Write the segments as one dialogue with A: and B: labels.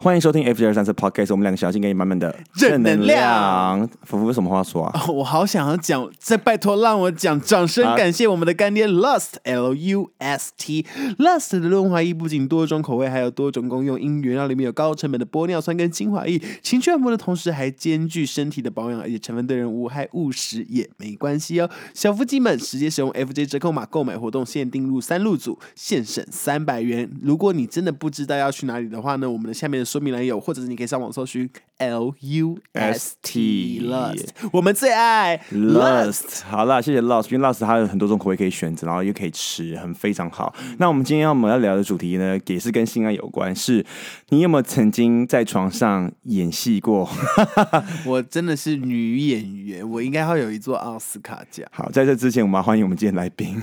A: 欢迎收听 F 九二三四 Podcast，我们两个小心给你满满的
B: 正能量。
A: 福福有什么话说啊？
B: 哦，我好想要讲，再拜托让我讲，掌声
A: 好
B: 感谢我们的干爹 Lust L U S T Lust 的润滑液不仅多种口味，还有多种功用，因原料里面有高成本的玻尿酸跟精华液，情趣按摩的同时还兼具身体的保养，而且成分对人无害，误食也没关系哦。小腹肌们直接使用 FJ 折扣码购买活动限定入三入组，现省三百元。如果你真的不知道要去哪里的话呢，我们的下面的说明栏有，或者是你可以上网搜寻 L U S T Lust。我 们最爱
A: Lust，好啦，谢谢 Lust，因为 Lust 它有很多种口味可以选择，然后又可以吃，很非常好。那我们今天要我们要聊的主题呢，也是跟性爱有关，是你有没有曾经在床上演戏过？
B: 我真的是女演员，我应该会有一座奥斯卡奖。
A: 好，在这之前，我们要欢迎我们今天来宾。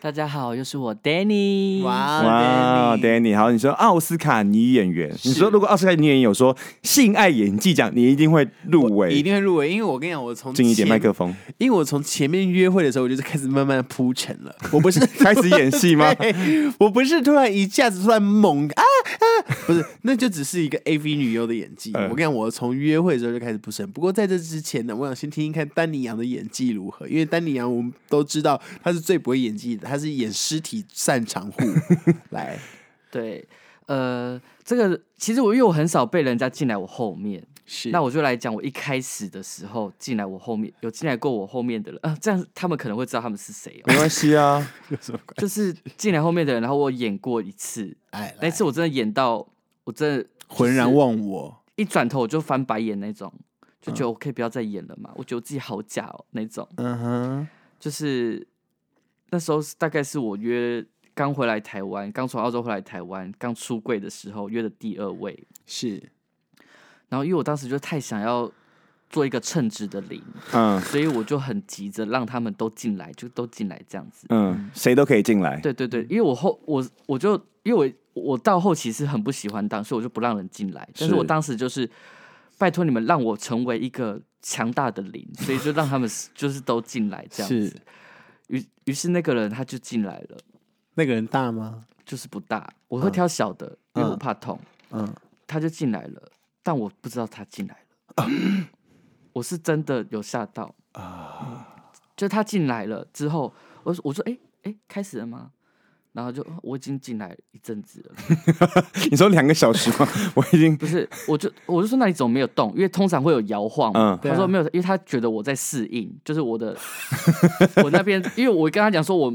C: 大家好，又是我 Danny。
B: 哇
A: 哇
B: 哦，Danny
A: ，Danny，好，你说奥斯卡女演员，你
B: 是
A: 说如果奥斯卡女演员有说性爱演技奖，你一定会入围，
B: 一定会入围，因为我跟你讲，我从
A: 近一点
B: 前
A: 麦克，风，
B: 因为我从前面约会的时候，我就是开始慢慢地铺陈 了。我不是
A: 开始演戏吗？
B: 对 我不是突然一下子突然猛啊啊，不是，那就只是一个 A V 女优的演技。
A: 嗯
B: 我跟你讲，我从约会的时候就开始不深。不过在这之前呢，我想先听听看丹尼扬的演技如何，因为丹尼扬我们都知道他是最不会演技的，他是演尸体擅 长户。来，
C: 对，呃，这个其实我因为我很少被人家进来我后面，
B: 是
C: 那我就来讲我一开始的时候进来我后面有进来过我后面的人，啊、这样他们可能会知道他们是谁哦
A: 没。关系啊，
C: 就是进来后面的人，然后我演过一次，
B: 哎，
C: 那次我真的演到我真的
B: 浑然
C: 就是
B: 忘我。
C: 一转头我就翻白眼那种，就觉得我可以不要再演了嘛，我觉得我自己好假哦那种。
B: 嗯哼，
C: 就是那时候是大概是我约刚回来台湾，刚从澳洲回来台湾，刚出柜的时候约的第二位。
B: 是
C: 然后因为我当时就太想要做一个称职的零，
A: 嗯
C: 所以我就很急着让他们都进来，就都进来这样子。
A: 嗯，谁都可以进来，
C: 对对对，因为我后我我就因为我我到后期是很不喜欢当，所以我就不让人进来。但是我
A: 是
C: 当时就是拜托你们让我成为一个强大的零，所以就让他们 就是都进来这样
B: 是
C: 子。于于是那个人他就进来了。
B: 那个人大吗？
C: 就是不大，我会挑小的，因为我
B: 嗯
C: 怕痛。
B: 嗯，
C: 他就进来了，但我不知道他进来了，我是真的有吓到啊！就他进来了之后，我我说哎哎、诶开始了吗？然后就哦我已经进来一阵子了，
A: 你说两个小时吗？ 我已经
C: 不是，我就我就说那你怎么没有动？因为通常会有摇晃嘛。
A: 嗯
B: 对
C: 他说
B: 啊
C: 没有，因为他觉得我在适应，就是我的我那边，因为我跟他讲说我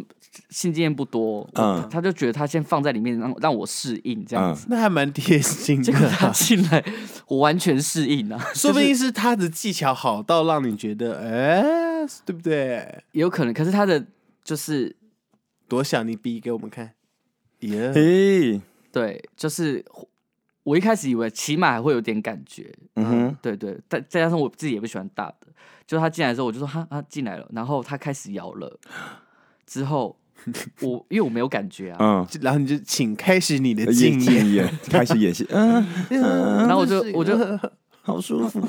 C: 性经验不多，
A: 嗯
C: 嗯，他就觉得他先放在里面让让我适应这样
A: 嗯
C: 子。，
B: 那还蛮贴心
C: 结果
B: 的
C: 他
B: 啊、
C: 进来，我完全适 应啊，
B: 说不定是他的技巧好到让你觉得，哎、对不对？
C: 有可能。可是他的就是
B: 多想你比给我们看，
A: 嗯
B: 耶、
A: 咦，
C: 对，就是我一开始以为起码还会有点感觉，
A: 嗯哼，
C: 对对，但再加上我自己也不喜欢大的，就他进来的时候我就说哈他进来了，然后他开始摇了，之后我因为我没有感觉啊，
A: 嗯，
B: 然后你就请开始你的
A: 演
B: 敬业，
A: 演演，开始演戏，嗯，
C: 然后我就
B: 这是
C: 我就
A: 好舒 服，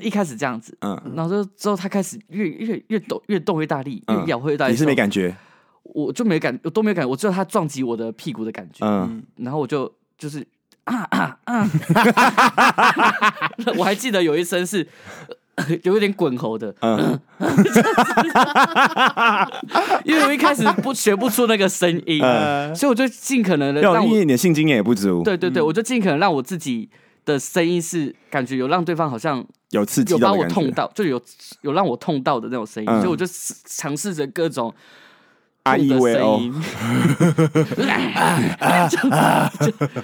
C: 一开始这样子，
A: 嗯，
C: 然后就之后他开始越越越动越动越大力，
A: 嗯
C: 越摇会越大力，
A: 你是没，感觉，
C: 我就没感，我都没有感觉，我只有他撞击我的屁股的感觉，
A: 嗯，
C: 然后我就就是啊啊 啊，我还记得有一声是。呃 有一点滚喉的，
A: 嗯
C: 因为我一开始不学不出那个声音，
B: 嗯
C: 所以我就尽可能的
A: 要
C: 让
A: 因
C: 我，
A: 为你的性经验也不足，
C: 对对对，我就尽可能让我自己的声音是感觉有让对方好像
A: 有刺激
C: 有
A: 到的
C: 把我
A: 感
C: 痛
A: 觉，
C: 到，就有有让我痛到的那种声音，
A: 嗯
C: 所以我就试尝试着各种
A: 啊
C: 痛
A: 意
C: 的
A: 为
C: 声
A: 哦，
C: 音，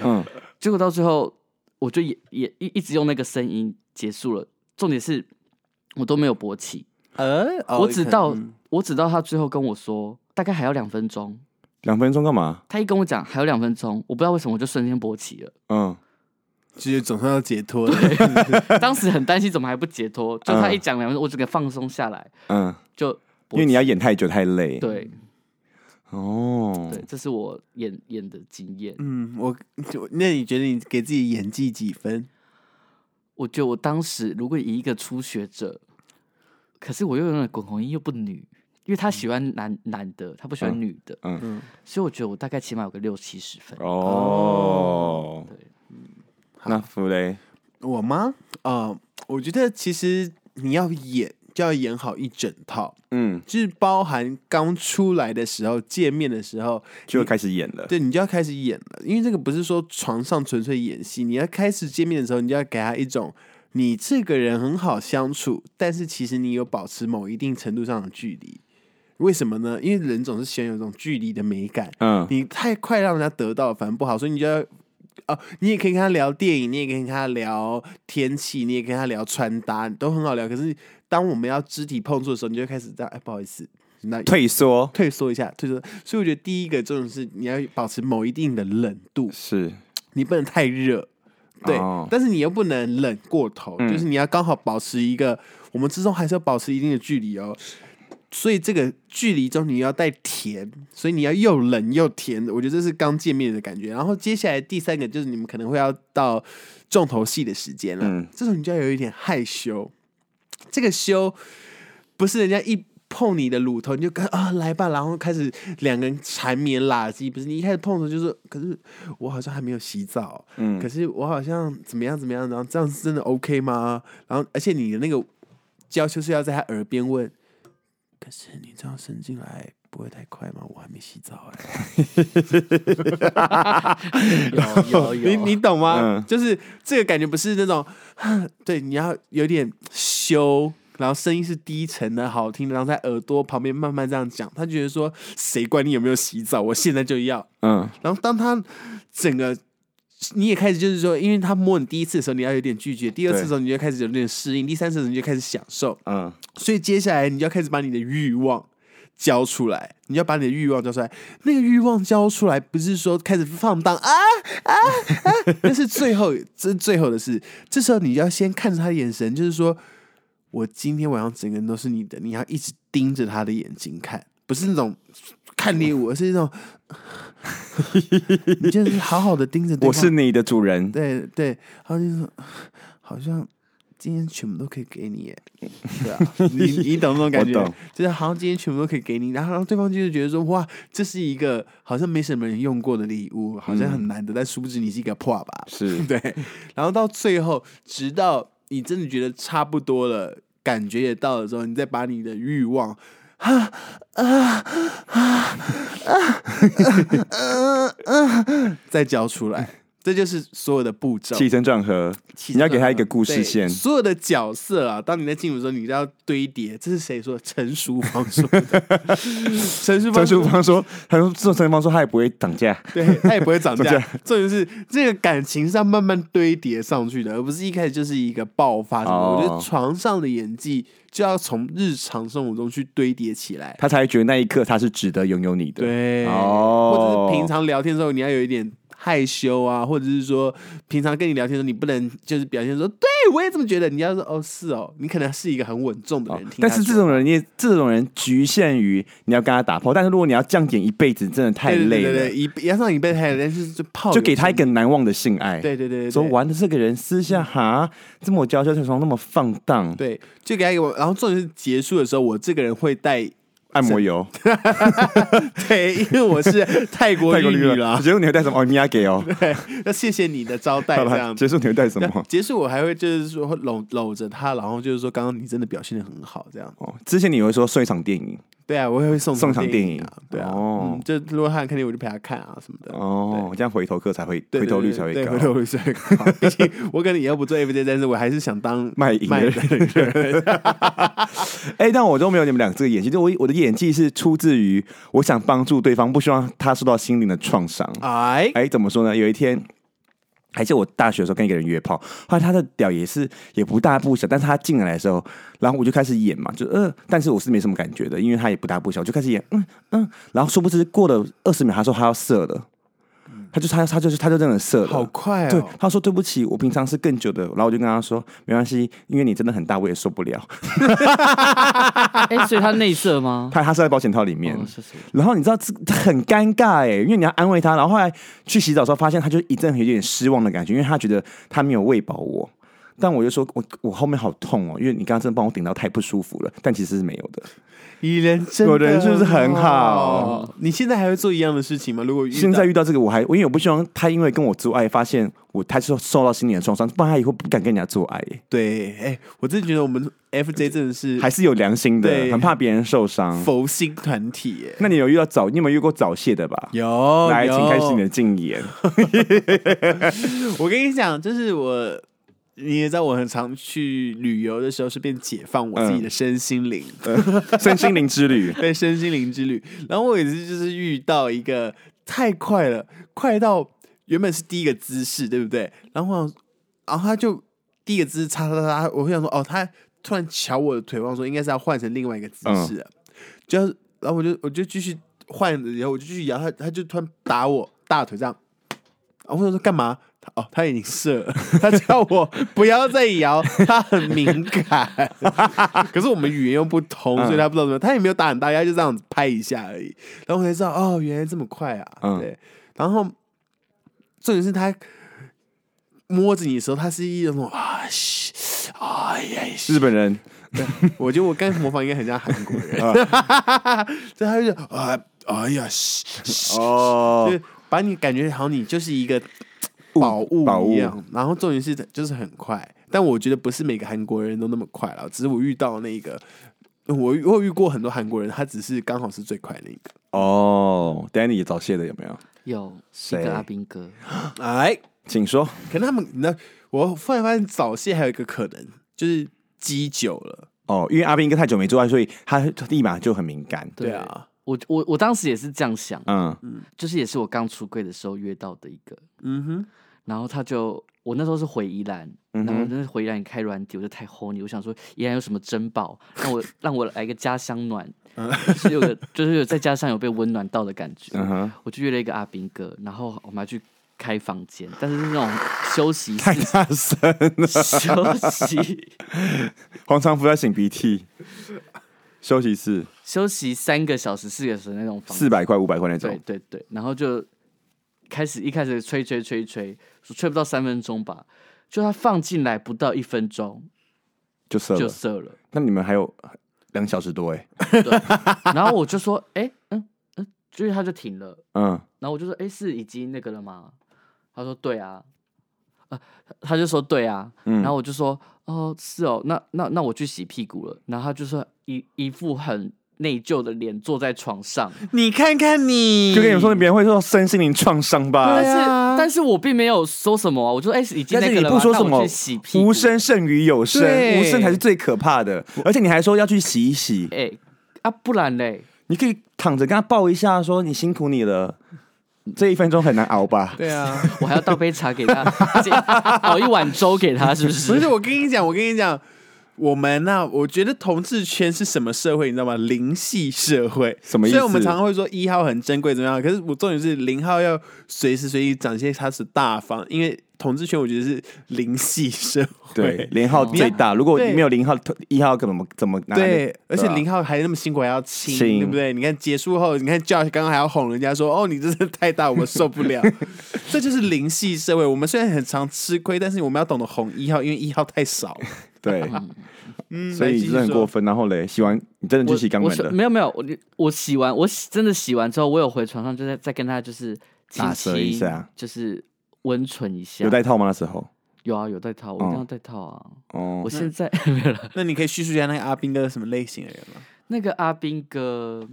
C: 嗯，结果到最后，我就也也一一直用那个声音结束了。重点是我都没有勃起，
B: 呃，哦
C: 我只到、
B: 嗯
C: 我只到他最后跟我说，大概还有两分钟。
A: 两分钟干嘛？
C: 他一跟我讲还有两分钟，我不知道为什么我就瞬间勃起了。
A: 嗯，
B: 就是总算要解脱了，
C: 当时很担心怎么还不解脱，就他一讲两分钟，我整个放松下来，
A: 嗯，
C: 就勃
A: 因为你要演太久太累，
C: 起，对
A: 哦，
C: 对，这是我演演的经验。
B: 嗯，我就那你觉得你给自己演技几分？
C: 我觉得我当时如果以一个初学者，可是我又有点滚红衣又不女，因为他喜欢男、男的，他不喜欢女的，
A: 嗯
C: 哦所以我觉得我大概起码有个六七十分。
A: 哦
C: 嗯
A: 福雷，
B: 我吗？啊、我觉得其实你要演就要演好一整套，
A: 嗯，
B: 就是包含刚出来的时候、见面的时候，
A: 就开始演了。
B: 对你就要开始演了，因为这个不是说床上纯粹演戏，你要开始见面的时候，你就要给他一种你这个人很好相处，但是其实你有保持某一定程度上的距离。为什么呢？因为人总是喜欢有一种距离的美感，
A: 嗯，
B: 你太快让人家得到，反而不好，所以你就要。哦，你也可以跟他聊电影，你也可以跟他聊天气，你也可以跟他聊穿搭，都很好聊。可是当我们要肢体碰触的时候，你就会开始这样，哎，不好意思，那
A: 退缩
B: 退缩一下，退缩。所以我觉得第一个这种是你要保持某一定的冷度，
A: 是
B: 你不能太热，对，
A: 哦
B: 但是你又不能冷过头，
A: 嗯
B: 就是你要刚好保持一个，我们之中还是要保持一定的距离哦。所以这个距离中你要带甜，所以你要又冷又甜，我觉得这是刚见面的感觉。然后接下来第三个就是你们可能会要到重头戏的时间了，
A: 嗯
B: 这时候你就要有一点害羞，这个羞不是人家一。碰你的乳头，你就跟啊来吧，然后开始两个人缠绵拉鸡，不是你一开始碰的时候就是，可是我好像还没有洗澡，
A: 嗯
B: 可是我好像怎么样怎么样，然后这样是真的 OK 吗？然后而且你的那个娇羞是要在他耳边问，可是你这样伸进来不会太快吗？我还没洗澡哎、
C: 有有
B: 欸 你
C: 有，
B: 你懂吗？
A: 嗯
B: 就是这个感觉不是那种， 对，你要有点羞。然后声音是低沉的、好听的，然后在耳朵旁边慢慢这样讲，他觉得说谁管你有没有洗澡，我现在就要。
A: 嗯，
B: 然后当他整个你也开始就是说，因为他摸你第一次的时候，你要有点拒绝；第二次的时候，你就开始有点适应；第三次的时候，你就开始享受。
A: 嗯，
B: 所以接下来你就要开始把你的欲望交出来，你要把你的欲望交出来。那个欲望交出来，不是说开始放荡啊 啊啊，那、是最后，这是最后的事。这时候你要先看着他的眼神，就是说我今天晚上整个人都是你的，你要一直盯着他的眼睛看，不是那种看猎物，而是那种。 你就是好好的盯着对
A: 我
B: 方
A: 是你的主人，
B: 对对，然后就说好像今天全部都可以 给你耶，对啊，你你懂那种感
A: 我
B: 觉，
A: 懂
B: 就是好像今天全部都可以给你，然后让对方就是觉得说哇，这是一个好像没什么人用过的礼物，好
A: 嗯
B: 像很难得，但殊不知你是一个破吧，
A: 是
B: 对，然后到最后，直到你真的觉得差不多了，感觉也到了之后，你再把你的欲望。啊啊啊啊啊啊！再交出来，这就是所有的步骤。
A: 起承转合，
B: 起
A: 你要给他一个
B: 承转合
A: 故事
B: 对
A: 线，
B: 所有的角色啊，当你在进入的时候，你就要堆叠。这是谁说的？陈淑芳说的。陈淑芳
A: 张淑芳说，他说这种陈芳说他也不会涨价，
B: 对，他也不会涨
A: 涨
B: 价
A: 价。
B: 重点是这个感情是要慢慢堆叠上去的，而不是一开始就是一个爆发什么的。
A: 哦
B: 我觉得床上的演技就要从日常生活中去堆叠起来。
A: 他才觉得那一刻他是值得拥有你的。
B: 对，
A: 哦
B: 或者是平常聊天的时候你要有一点害羞啊，或者是说平常跟你聊天的时候你不能就是表现说，对我也这么觉得，你要说哦是哦，你可能是一个很稳重的
A: 哦
B: 人。听
A: 但
B: 他
A: 是这
B: 说
A: 种人，也这种人局限于你要跟他打炮，但是如果你要这样演一辈子，真的太
B: 对
A: 累
B: 对对
A: 了，
B: 对，一要上一辈太累，但是就泡
A: 就
B: 友
A: 给他一
B: 情
A: 个难忘的性爱。
B: 对对对对
A: 说
B: 对
A: 玩的这个人私下哈这么娇羞，在床上那么放荡，
B: 对，就给他一个，然后重点是结束的时候，我这个人会带
A: 按摩油，
B: 对，因为我是泰国玉女啦。
A: 结束你会带什么？哦，你要给哦，
B: 对，要谢谢你的招待，
A: 好
B: 这
A: 吧？
B: 样
A: 结束你会带什
B: 那
A: 么？
B: 结束我还会就是说搂搂着他，然后就是说刚刚你真的表现的很好，这样。
A: 哦，之前你会说送一场电影
B: 对啊，我也会送
A: 送
B: 场
A: 场电影
B: 啊，对啊，
A: 哦
B: 嗯，就如果他想看电影，我就陪他看啊什么的。
A: 哦，这样回头客才会
B: 对
A: 回头率
B: 对
A: 才会
B: 对
A: 高
B: 回。头率才会 高。毕竟我可能以后不做 FJ，但是我还是想当
A: 卖淫的
B: 卖
A: 人
B: 的人。
A: 哎、但我都没有你们俩这个演技，就我我的演技是出自于我想帮助对方，不希望他受到心灵的创伤。
B: 哎，
A: 哎，怎么说呢？有一天，还是我大学的时候跟一个人约炮，后来他的屌也是也不大不小，但是他进来的时候，然后我就开始演嘛，就呃，但是我是没什么感觉的，因为他也不大不小，我就开始演，嗯嗯，然后殊不知过了二十秒，他说他要射了，他就他他就是他就真的射了，
B: 好快
A: 对
B: 哦！，
A: 他说对不起，我平常是更久的，然后我就跟他说没关系，因为你真的很大，我也受不了。
C: 哎、所以他内射吗？
A: 他他是在保险套里 面，
C: 哦射死我
A: 然后你知道这这很尴尬哎、因为你要安慰他，然后后来去洗澡的时候发现他就一阵有点失望的感觉，因为他觉得他没有喂饱我。但我就说我我后面好痛哦，因为你刚刚真的帮我顶到太不舒服了，但其实是没有的。
B: 你人真
A: 我人是不是很
B: 好
A: 好？
B: 你现在还会做一样的事情吗？如果遇到
A: 现在遇到这个，我还我因为我不希望他因为跟我做爱，发现我他是受到心理的创伤，不然他以后不敢跟人家做爱耶，
B: 对，哎、我真的觉得我们 FJ 真的是
A: 还是有良心的，
B: 对
A: 很怕别人受伤。
B: 佛心团体耶。
A: 那你有遇到早，你有没有遇过早泄的吧？
B: 有
A: 来，
B: 有
A: 请开始你的禁 言。
B: 我跟你讲，就是我，你也知道，我很常去旅游的时候，顺便解放我自己的
A: 嗯
B: 身心灵，
A: 身心灵之旅，
B: 对身心灵之旅。然后我有一次就是遇到一个太快了，快到原本是第一个姿势，对不对？然后我想，然后他就第一个姿势擦擦擦，我会想说，哦，他突然瞧我的腿，我想说应该是要换成另外一个姿势了，就要，然后我就我就继续换了以后，我就继续摇他，他就突然打我大腿这样。然后我想说干嘛？他哦，他已经射了， 他叫我不要再摇，他很敏感。可是我们语言又不通，所以他不知道怎么，他也没有打很大压，就这样子拍一下而已。然后我才知道，哦，原来这么快啊！
A: 嗯
B: 对，然后重点是他摸着你的时候，他是一种啊，嘘哎呀，嘘
A: 日本人
B: 我觉得我刚才模仿应该很像韩国人， 所以他就啊，哎呀，嘘嘘
A: 哦
B: 就是把你感觉好像你就是一个宝物
A: 宝物
B: 一样。然后重点是就是很快，但我觉得不是每个韩国人都那么快了，只是我遇到那个。我遇我遇过很多韩国人，他只是刚好是最快那个。
A: 哦，Danny 也早泄的有没有？
C: 有一
A: 谁
C: 个阿兵哥，
B: 哎，
A: 请说。
B: 可能他们，那我突然发现早泄还有一个可能就是积久了。
A: 哦，因为阿斌哥太久没做爱，所以他立马就很敏感。
B: 对啊，
C: 我我我当时也是这样想，
A: 嗯，
C: 就是也是我刚出柜的时候约到的一个，
B: 嗯哼，
C: 然后他就我那时候是回宜兰，
A: 嗯
C: 然后那是回宜兰开软体，我就太 horny，我想说宜兰有什么珍宝，让我让我来个家乡暖， 就是有个就是有在家乡有被温暖到的感觉，
A: 嗯哼
C: 我就约了一个阿兵哥，然后我们还去开房间，但是是那种休息室
A: 太大声了，
C: 休息
A: 黄长福在擤鼻涕。休息室
C: 休息三个小时四个小时那种房间
A: 四百块、五百块那
C: 对
A: 种，
C: 对对，然后就开始一开始吹吹吹吹，吹不到三分钟吧，就他放进来不到一分钟
A: 就射
C: 就
A: 了。
C: 射了，
A: 那你们还有两小时多哎、
C: 然后我就说， 哎、嗯嗯，就是他就停了，
A: 嗯，
C: 然后我就说，哎、是已经那个了吗？他说对啊，呃，他就说对啊，
A: 嗯
C: 然后我就说，哦，是哦，那那那我去洗屁股了，然后他就说一一副很内疚的脸坐在床上，
B: 你看看你，
A: 就跟你们说，别人会受身心灵创伤吧
C: 但。是、
B: 啊
C: 但是我并没有说什么啊，我就说哎、已经
A: 哎但
C: 那
A: 是
C: 个
A: 你
C: 了
A: 不
C: 吗
A: 说
C: 那
A: 什
C: 我
A: 么
C: 去洗，屁股
A: 无声胜于有声，
B: 对
A: 无声才是最可怕的。而且你还说要去洗一洗，
C: 哎、啊，不然嘞，
A: 你可以躺着跟他抱一下，说你辛苦你了，这一分钟很难熬吧？
B: 对啊，
C: 我还要倒杯茶给他， 这熬一碗粥给 他，是不
B: 不是
C: 是？
B: 我跟你讲，我跟你讲，我们呢、我觉得同志圈是什么社会，你知道吗？灵系社会，
A: 什么意思
B: 所以我们常常会说一号很珍贵怎么样？可是我重点是零号要随时随地展现他是大方，因为同志圈我觉得是灵系社会。
A: 对，零号最大。如果
B: 对
A: 没有零号，一号怎么怎么拿来？
B: 对，而且
A: 啊
B: 零号还那么辛苦，还要亲，
A: 亲
B: 对不对？你看结束后，你看 Josh 刚刚还要哄人家说：“哦，你真的太大，我受不 了。”这就是零系社会。我们虽然很常吃亏，但是我们要懂得哄一号，因为一号太少。
A: 对，
B: 嗯，
A: 所
B: 来
A: 以
B: 继续
A: 真的很
B: 说
A: 过分。然后嘞，洗完你真的
C: 我
A: 去洗肛
C: 我
A: 门
C: 洗
A: 了，
C: 没有没有，我我洗完，我洗真的洗完之后，我有回床上，就在再跟他就是轻
A: 打舌一
C: 轻
A: 下
C: 就是温存一下。
A: 有戴套吗？那时候
C: 有啊有戴套，我一定
A: 哦
C: 要戴套啊！
A: 哦
C: 我，现在没有了。
B: 那你可以叙述一下那个阿兵哥是什么类型的人吗？
C: 那个阿兵哥，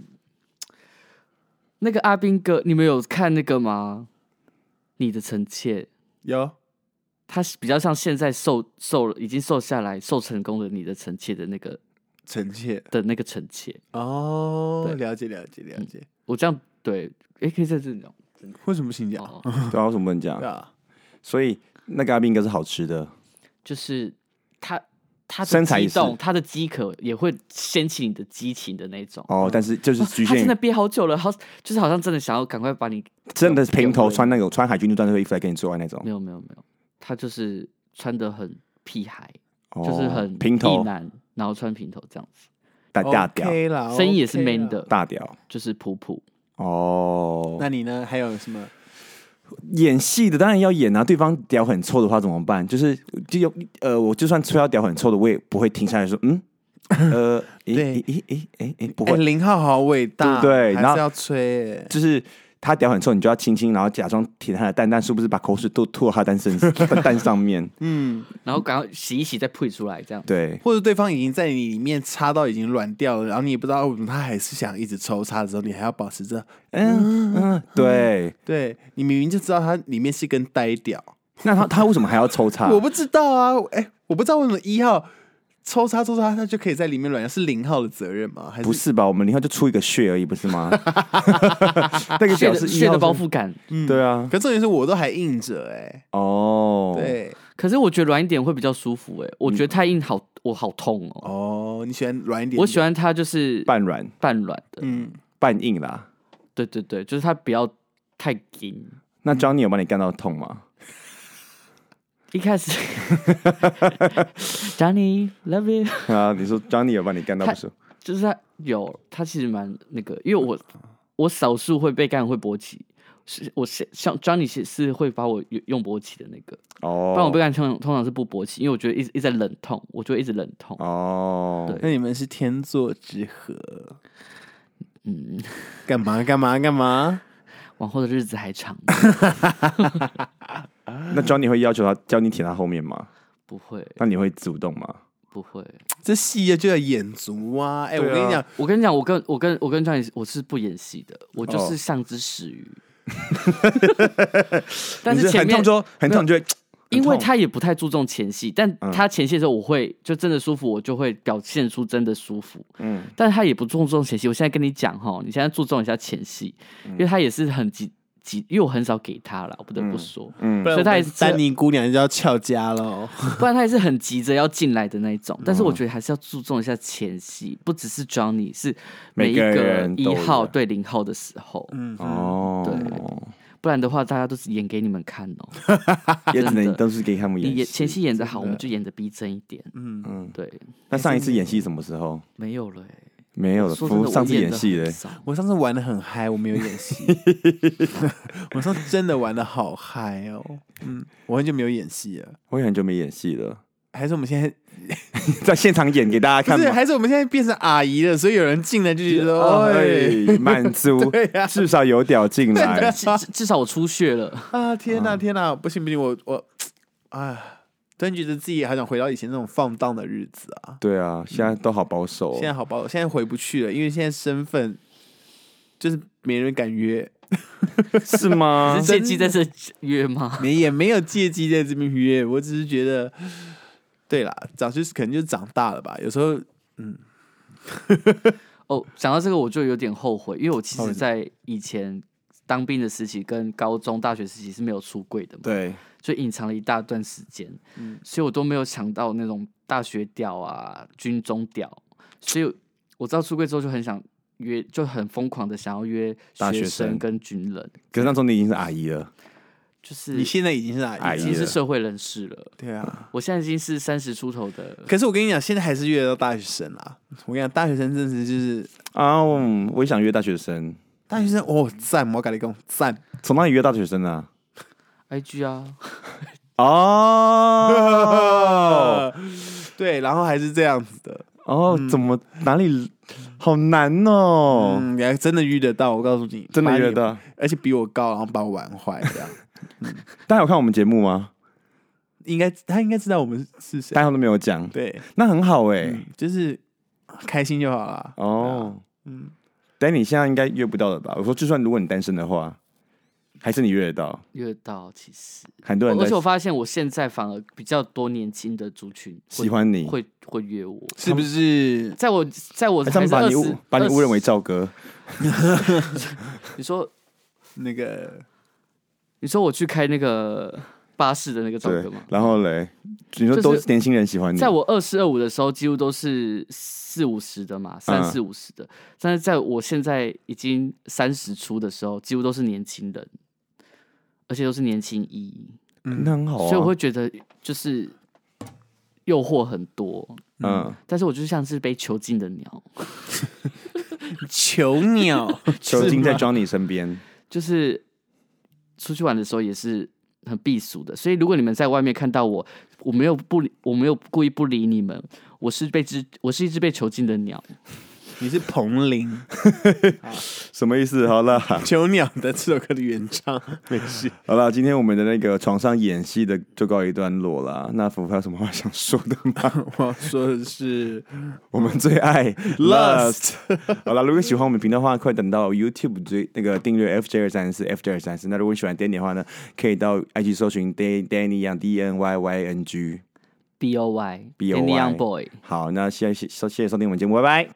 C: 那个阿兵哥，你们有看那个吗？你的臣妾。
B: 有，
C: 他是比较像现在瘦瘦了，已经瘦下来、瘦成功的你的臣妾的那个
B: 臣妾
C: 的那个臣妾。
B: 哦
C: 对，
B: 了解了解了解。
C: 我这样对，诶，可以在这里聊。
B: 嗯为什么姓蒋？
C: 哦，
A: 对啊，为什么不能讲
B: 对？啊，
A: 所以那个阿斌应该是好吃的，
C: 就是他他的
A: 身材
C: 激
A: 也是
C: 动，他的饥渴也会掀起你的激情的那种。
A: 哦，但是就是局
C: 啊他真的
A: 限，
C: 憋好久了，好，就是好像真的想要赶快把你
A: 真的平头穿那种穿海军陆战队衣服来跟你做爱那种
C: 没，有没有没有，他就是穿的很屁孩，
A: 哦
C: 就是很
A: 平
C: 意
A: 头
C: 男，然后穿平头这样子，
A: 大
B: 哦
A: 大屌
B: OK 啦，
C: 声音也
A: 啊
C: 是
B: OK 啦
C: man 的，
A: 大屌
C: 就是普普。
A: 哦，
B: 那你呢？还有什么？
A: 演戏的当然要演啊，对方屌很臭的话怎么办？就是就有呃，我就算吹到屌很臭的，我也不会停下来说嗯，呃，
B: 对
A: 诶诶诶诶诶，不
B: 哎，
A: 会，
B: 林浩好伟
A: 对
B: 大，
A: 不对然
B: 还
A: 后
B: 是要吹哎。
A: 就是他屌很臭，你就要亲亲，然后假装舔他的蛋，但是不是把口水都吐到他蛋身蛋上 面？
C: 然后赶快洗一洗再配出来，这样
A: 对，
B: 或者对方已经在你里面插到已经软掉了，然后你也不知道为什么他还是想一直抽插的时候，你还要保持着，
A: 嗯嗯，对。
B: 对你明明就知道它里面是根呆屌，
A: 那他他为什么还要抽插？
B: 我不知道啊，哎、我不知道为什么一号抽插抽插，他就可以在里面软掉，是零号的责任吗？还
A: 不
B: 是
A: 是吧？我们零号就出一个血而已，不是吗？那个
C: 血
A: 表
C: 的
A: 示
C: 血的包
A: 包袱。
C: 覆感。
A: 对啊，
B: 可重点是我都还硬着哎、
A: 哦，，
B: 对，
C: 可是我觉得软一点会比较舒服、哎，
A: 嗯
C: 我觉得太硬好，我好痛哦。
B: 哦，你喜欢软一点，
C: 我喜，欢它就是
A: 半软
C: 半软的，
B: 嗯，
A: 半硬啦。
C: 对对对，就是它不要太硬。
A: 那
C: 嗯
A: Johnny 有帮你干到痛吗？
C: 一开始，Johnny love you，
A: 啊，你说 Johnny 有帮你干到不舒服？
C: 就是他有他其实蛮那个，因为我我少数会被干会勃起，是我是像 Johnny 是是会把我用用勃起的那个，
A: 哦，
C: 不然我被干通常通常是不勃起，因为我觉得一直一直在冷痛，我就会一直冷痛。
A: 哦，
C: 对
B: 那你们是天作之合，
C: 嗯，
B: 干嘛干嘛干嘛？
C: 往后的日子还长呢，
A: 那 Johnny 会要求他叫你舔他后面吗？
C: 不会
A: 那你会主动吗？
C: 不会。
B: 这戏啊就要演足啊！哎、
A: 对啊
B: 我跟你讲，
C: 我跟你讲，我跟我跟我跟 Johnny 我是不演戏的，我就
A: 哦
C: 是像只 死鱼。但
A: 你
C: 是前
A: 很
C: 面
A: 痛之后很痛，你就会
C: 因
A: 很
C: 为
A: 痛
C: 他也不太注重前戏，但
A: 嗯
C: 他前戏的时候，我会就真的舒服，我就会表现出真的舒服。
A: 嗯
C: 嗯，但他也不注重前戏。我现在跟你讲哈，你现在注重一下前戏，
A: 嗯
C: 因为他也是很急急，因为我很少给他了，我不得不说，
A: 嗯
B: 不然
C: 所以他
B: 我
C: 也
B: 跟
C: 是
B: 丹尼姑娘就要翘家喽。
C: 不然他也是很急着要进来的那一种。但
A: 嗯
C: 是我觉得还是要注重一下前戏，不只是 Johnny，是每一
A: 每个
C: 个
A: 人都
C: 一号
A: 有
C: 对零号的时候，
A: 哦，
C: 不然的话大家都是演给你们看 哦。
A: 也只能
C: 真的
A: 都是给他们
C: 你
A: 演
C: 演
A: 戏。
C: 前戏演的好，我们就演的逼真一点。嗯嗯，对，
A: 那上一次演戏什么时候？
C: 没有了、欸。
A: 没有了，
C: 说真
A: 服
C: 的，
A: 上次
C: 我演
A: 演戏
C: 的
A: 的
C: 很，少啊
B: 我上次玩的很嗨，我没有演 戏。我上次真的玩的好嗨哦，嗯，我很久没有演戏了。
A: 我也很久没演戏了，
B: 还是我们现在
A: 在现场演给大家
B: 不
A: 看
B: 是？
A: 吗？
B: 还是我们现在变成阿姨了，所以有人进来就觉得，哎，
A: 哎，满 足， 至少有屌进来。
C: 至至至少我出血了，
B: 啊，天
A: 嗯
B: 哪、天哪、不行不行，我我，啊，突然觉得自己好想回到以前那种放荡的日子啊。
A: 对啊，现在都好保守哦
B: 现。在好吧，我现在回不去了，因为现在身份就是没人敢约，
A: 是吗
C: 只是？借机在这约吗？
B: 没也没有借机在这边约，我只是觉得，对啦，早就是可能就长大了吧，有时候
A: 嗯
C: 哦，讲到这个我就有点后悔，因为我其实在以前当兵的时期跟高中、大学时期是没有出柜的嘛，，
A: 对，
C: 就隐藏了一大段时间，
A: 嗯
C: 所以我都没有想到那种大学屌啊、军中屌，所以我知道出柜之后就很想约，就很疯狂的想要约
A: 大学
C: 生
A: 生
C: 跟军人，
A: 可是那时候你已经是阿姨了，
C: 就是
B: 你
C: 已
B: 现在已经是阿
A: 阿
B: 姨
A: 姨
B: 了，
C: 经是
A: 了
C: 社会人士了，
B: 对啊。
C: 我现在已经是三十出头的。
B: 可是我跟你讲，现在还是约得到大学生啦。我跟你讲，大学生真是就是
A: 啊，嗯我也想约大学生，
B: 大学生哦，赞！我跟你讲，赞！
A: 从哪里约大学生啊？
C: IG 啊，
A: 哦
B: 对，然后还是这样子的，
A: 哦，
C: 嗯
A: 怎么哪里好难哦？
B: 嗯，你还真的遇得到，我告诉你，
A: 真的约得
B: 把
A: 到？
B: 你，而且比我高，然后把我玩坏，这样。
A: 大家有看我们节目吗？
B: 应该他应该知道我们是谁
A: 大，家都没有讲，
B: 对，
A: 那很好哎
B: 嗯。就是开心就好啦。
A: 哦，
C: 啊
B: 嗯，
A: 但你现在应该约不到了吧？我说，就算如果你单身的话，还是你约得到。
C: 越到其实，
A: 很多人
C: 而且我
A: 啊在
C: 发现我现在反而比较多年轻的族群会
A: 喜欢你，
C: 会会约我，
B: 是不是？
C: 在我在我
A: 哎他
C: 才
A: 们
C: 是
A: 把
C: 二
A: 你
C: 十
A: 误，把你误认为
C: 20
A: 赵哥。
C: 你说
B: 那个
C: 你说我去开那个巴士的那个照
A: 对
C: 片吗，？
A: 然后嘞，你说都
C: 就是
A: 是年轻人喜欢你，
C: 在我二四二五的时候，几乎都是四五十的
A: 嗯
C: 嘛，三四五十的。但是在我现在已经三十出的时候，几乎都是年轻人，而且都是年轻一，
A: 那很好啊。
C: 所以我会觉得就是诱惑很多。
A: 嗯，
C: 但是我就像是被囚禁的鸟，
B: 囚鸟，
A: 囚禁在
B: 是吗
A: Johnny 身边，
C: 就是出去玩的时候也是很避暑的，所以如果你们在外面看到我，我没有不理，我没有故意不理你们，我是被只，我是一只被囚禁的鸟。
B: 你是彭羚
A: 什么意思？ 好了，
B: 囚鸟的这首歌的原唱， 没事。
A: 好了，今天我们的那个床上演戏的就告一段落啦。那福福还有什么话想说的 吗？
B: 我要说的是，
A: 我们最爱 Lust。好了，如果喜欢我们频道的话，快等到 YouTube 追那个订阅 FJ 二三四 FJ 二三四。那如果你喜欢 Danny 的话呢，可以到 IG 搜寻 Dan Danny Yang D N Y Y N G。
C: B O Y
A: B O Y
C: Danny Young Boy。
A: 好，那谢谢谢谢收听我们节目，拜拜。